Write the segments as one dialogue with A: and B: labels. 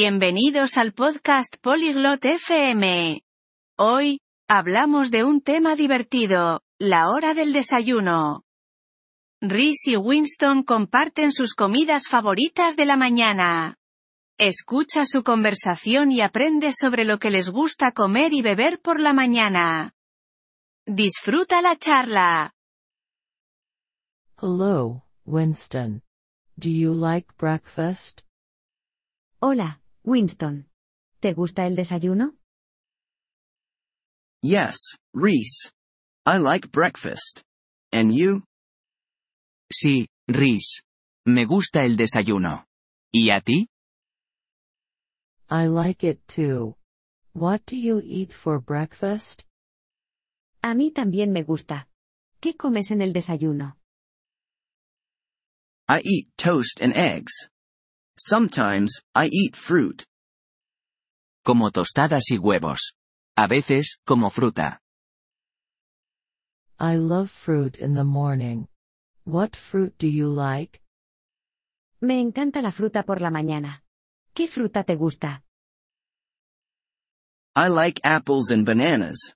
A: Bienvenidos al podcast Polyglot FM. Hoy, hablamos de un tema divertido, la hora del desayuno. Rhys y Winston comparten sus comidas favoritas de la mañana. Escucha su conversación y aprende sobre lo que les gusta comer y beber por la mañana. Disfruta la charla.
B: Hello, Winston. Do you like breakfast?
C: Hola, Winston. ¿Te gusta el desayuno?
D: Yes, Reese. I like breakfast. And you?
E: Sí, Rhys. Me gusta el desayuno. ¿Y a ti?
B: I like it too. What do you eat for breakfast?
C: A mí también me gusta. ¿Qué comes en el desayuno?
D: I eat toast and eggs. Sometimes, I eat fruit.
E: Como tostadas y huevos. A veces, como fruta.
B: I love fruit in the morning. What fruit do you like?
C: Me encanta la fruta por la mañana. ¿Qué fruta te gusta?
D: I like apples and bananas.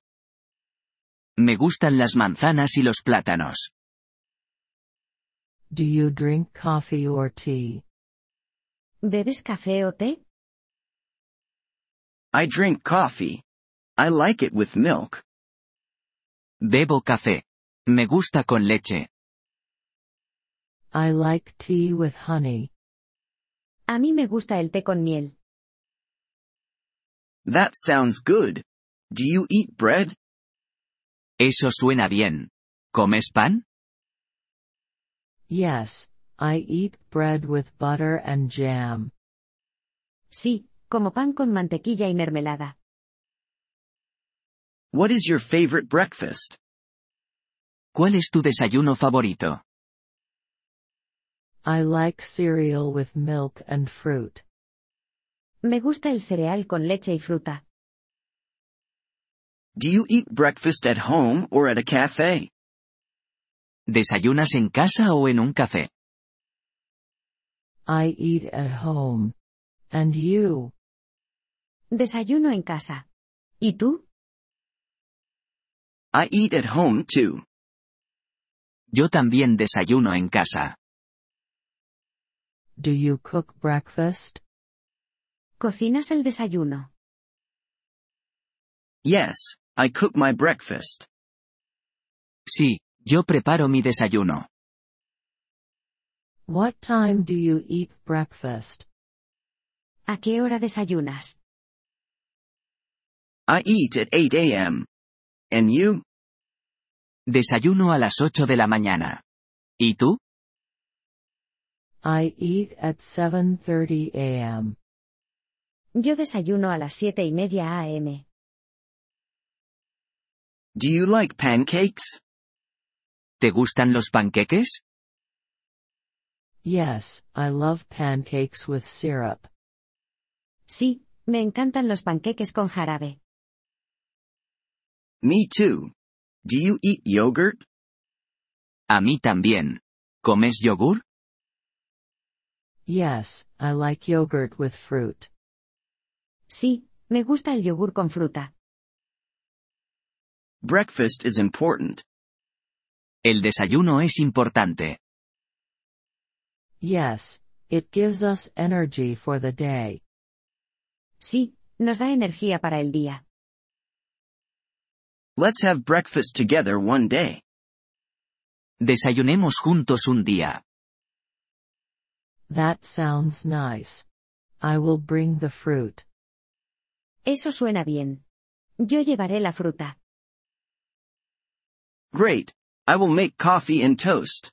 E: Me gustan las manzanas y los plátanos.
B: Do you drink coffee or tea?
C: ¿Bebes café o té?
D: I drink coffee. I like it with milk.
E: Bebo café. Me gusta con leche.
B: I like tea with honey.
C: A mí me gusta el té con miel.
D: That sounds good. Do you eat bread?
E: Eso suena bien. ¿Comes pan?
B: Yes, I eat bread with butter and jam.
C: Sí, como pan con mantequilla y mermelada.
D: What is your favorite breakfast?
E: ¿Cuál es tu desayuno favorito?
B: I like cereal with milk and fruit.
C: Me gusta el cereal con leche y fruta.
D: Do you eat breakfast at home or at a cafe?
E: ¿Desayunas en casa o en un café?
B: I eat at home. And you?
C: Desayuno en casa. ¿Y tú?
D: I eat at home too.
E: Yo también desayuno en casa.
B: Do you cook breakfast?
C: ¿Cocinas el desayuno?
D: Yes, I cook my breakfast.
E: Sí, yo preparo mi desayuno.
B: What time do you eat breakfast?
C: ¿A qué hora desayunas?
D: I eat at 8 a.m. And you?
E: Desayuno a las 8 de la mañana. ¿Y tú?
B: I eat at 7:30 a.m.
C: Yo desayuno a las siete y media a.m.
D: Do you like pancakes?
E: ¿Te gustan los panqueques?
B: Yes, I love pancakes with syrup.
C: Sí, me encantan los panqueques con jarabe.
D: Me too. Do you eat yogurt?
E: A mí también. ¿Comes yogur?
B: Yes, I like yogurt with fruit.
C: Sí, me gusta el yogur con fruta.
D: Breakfast is important.
E: El desayuno es importante.
B: Yes, it gives us energy for the day.
C: Sí, nos da energía para el día.
D: Let's have breakfast together one day.
E: Desayunemos juntos un día.
B: That sounds nice. I will bring the fruit.
C: Eso suena bien. Yo llevaré la fruta.
D: Great. I will make coffee and toast.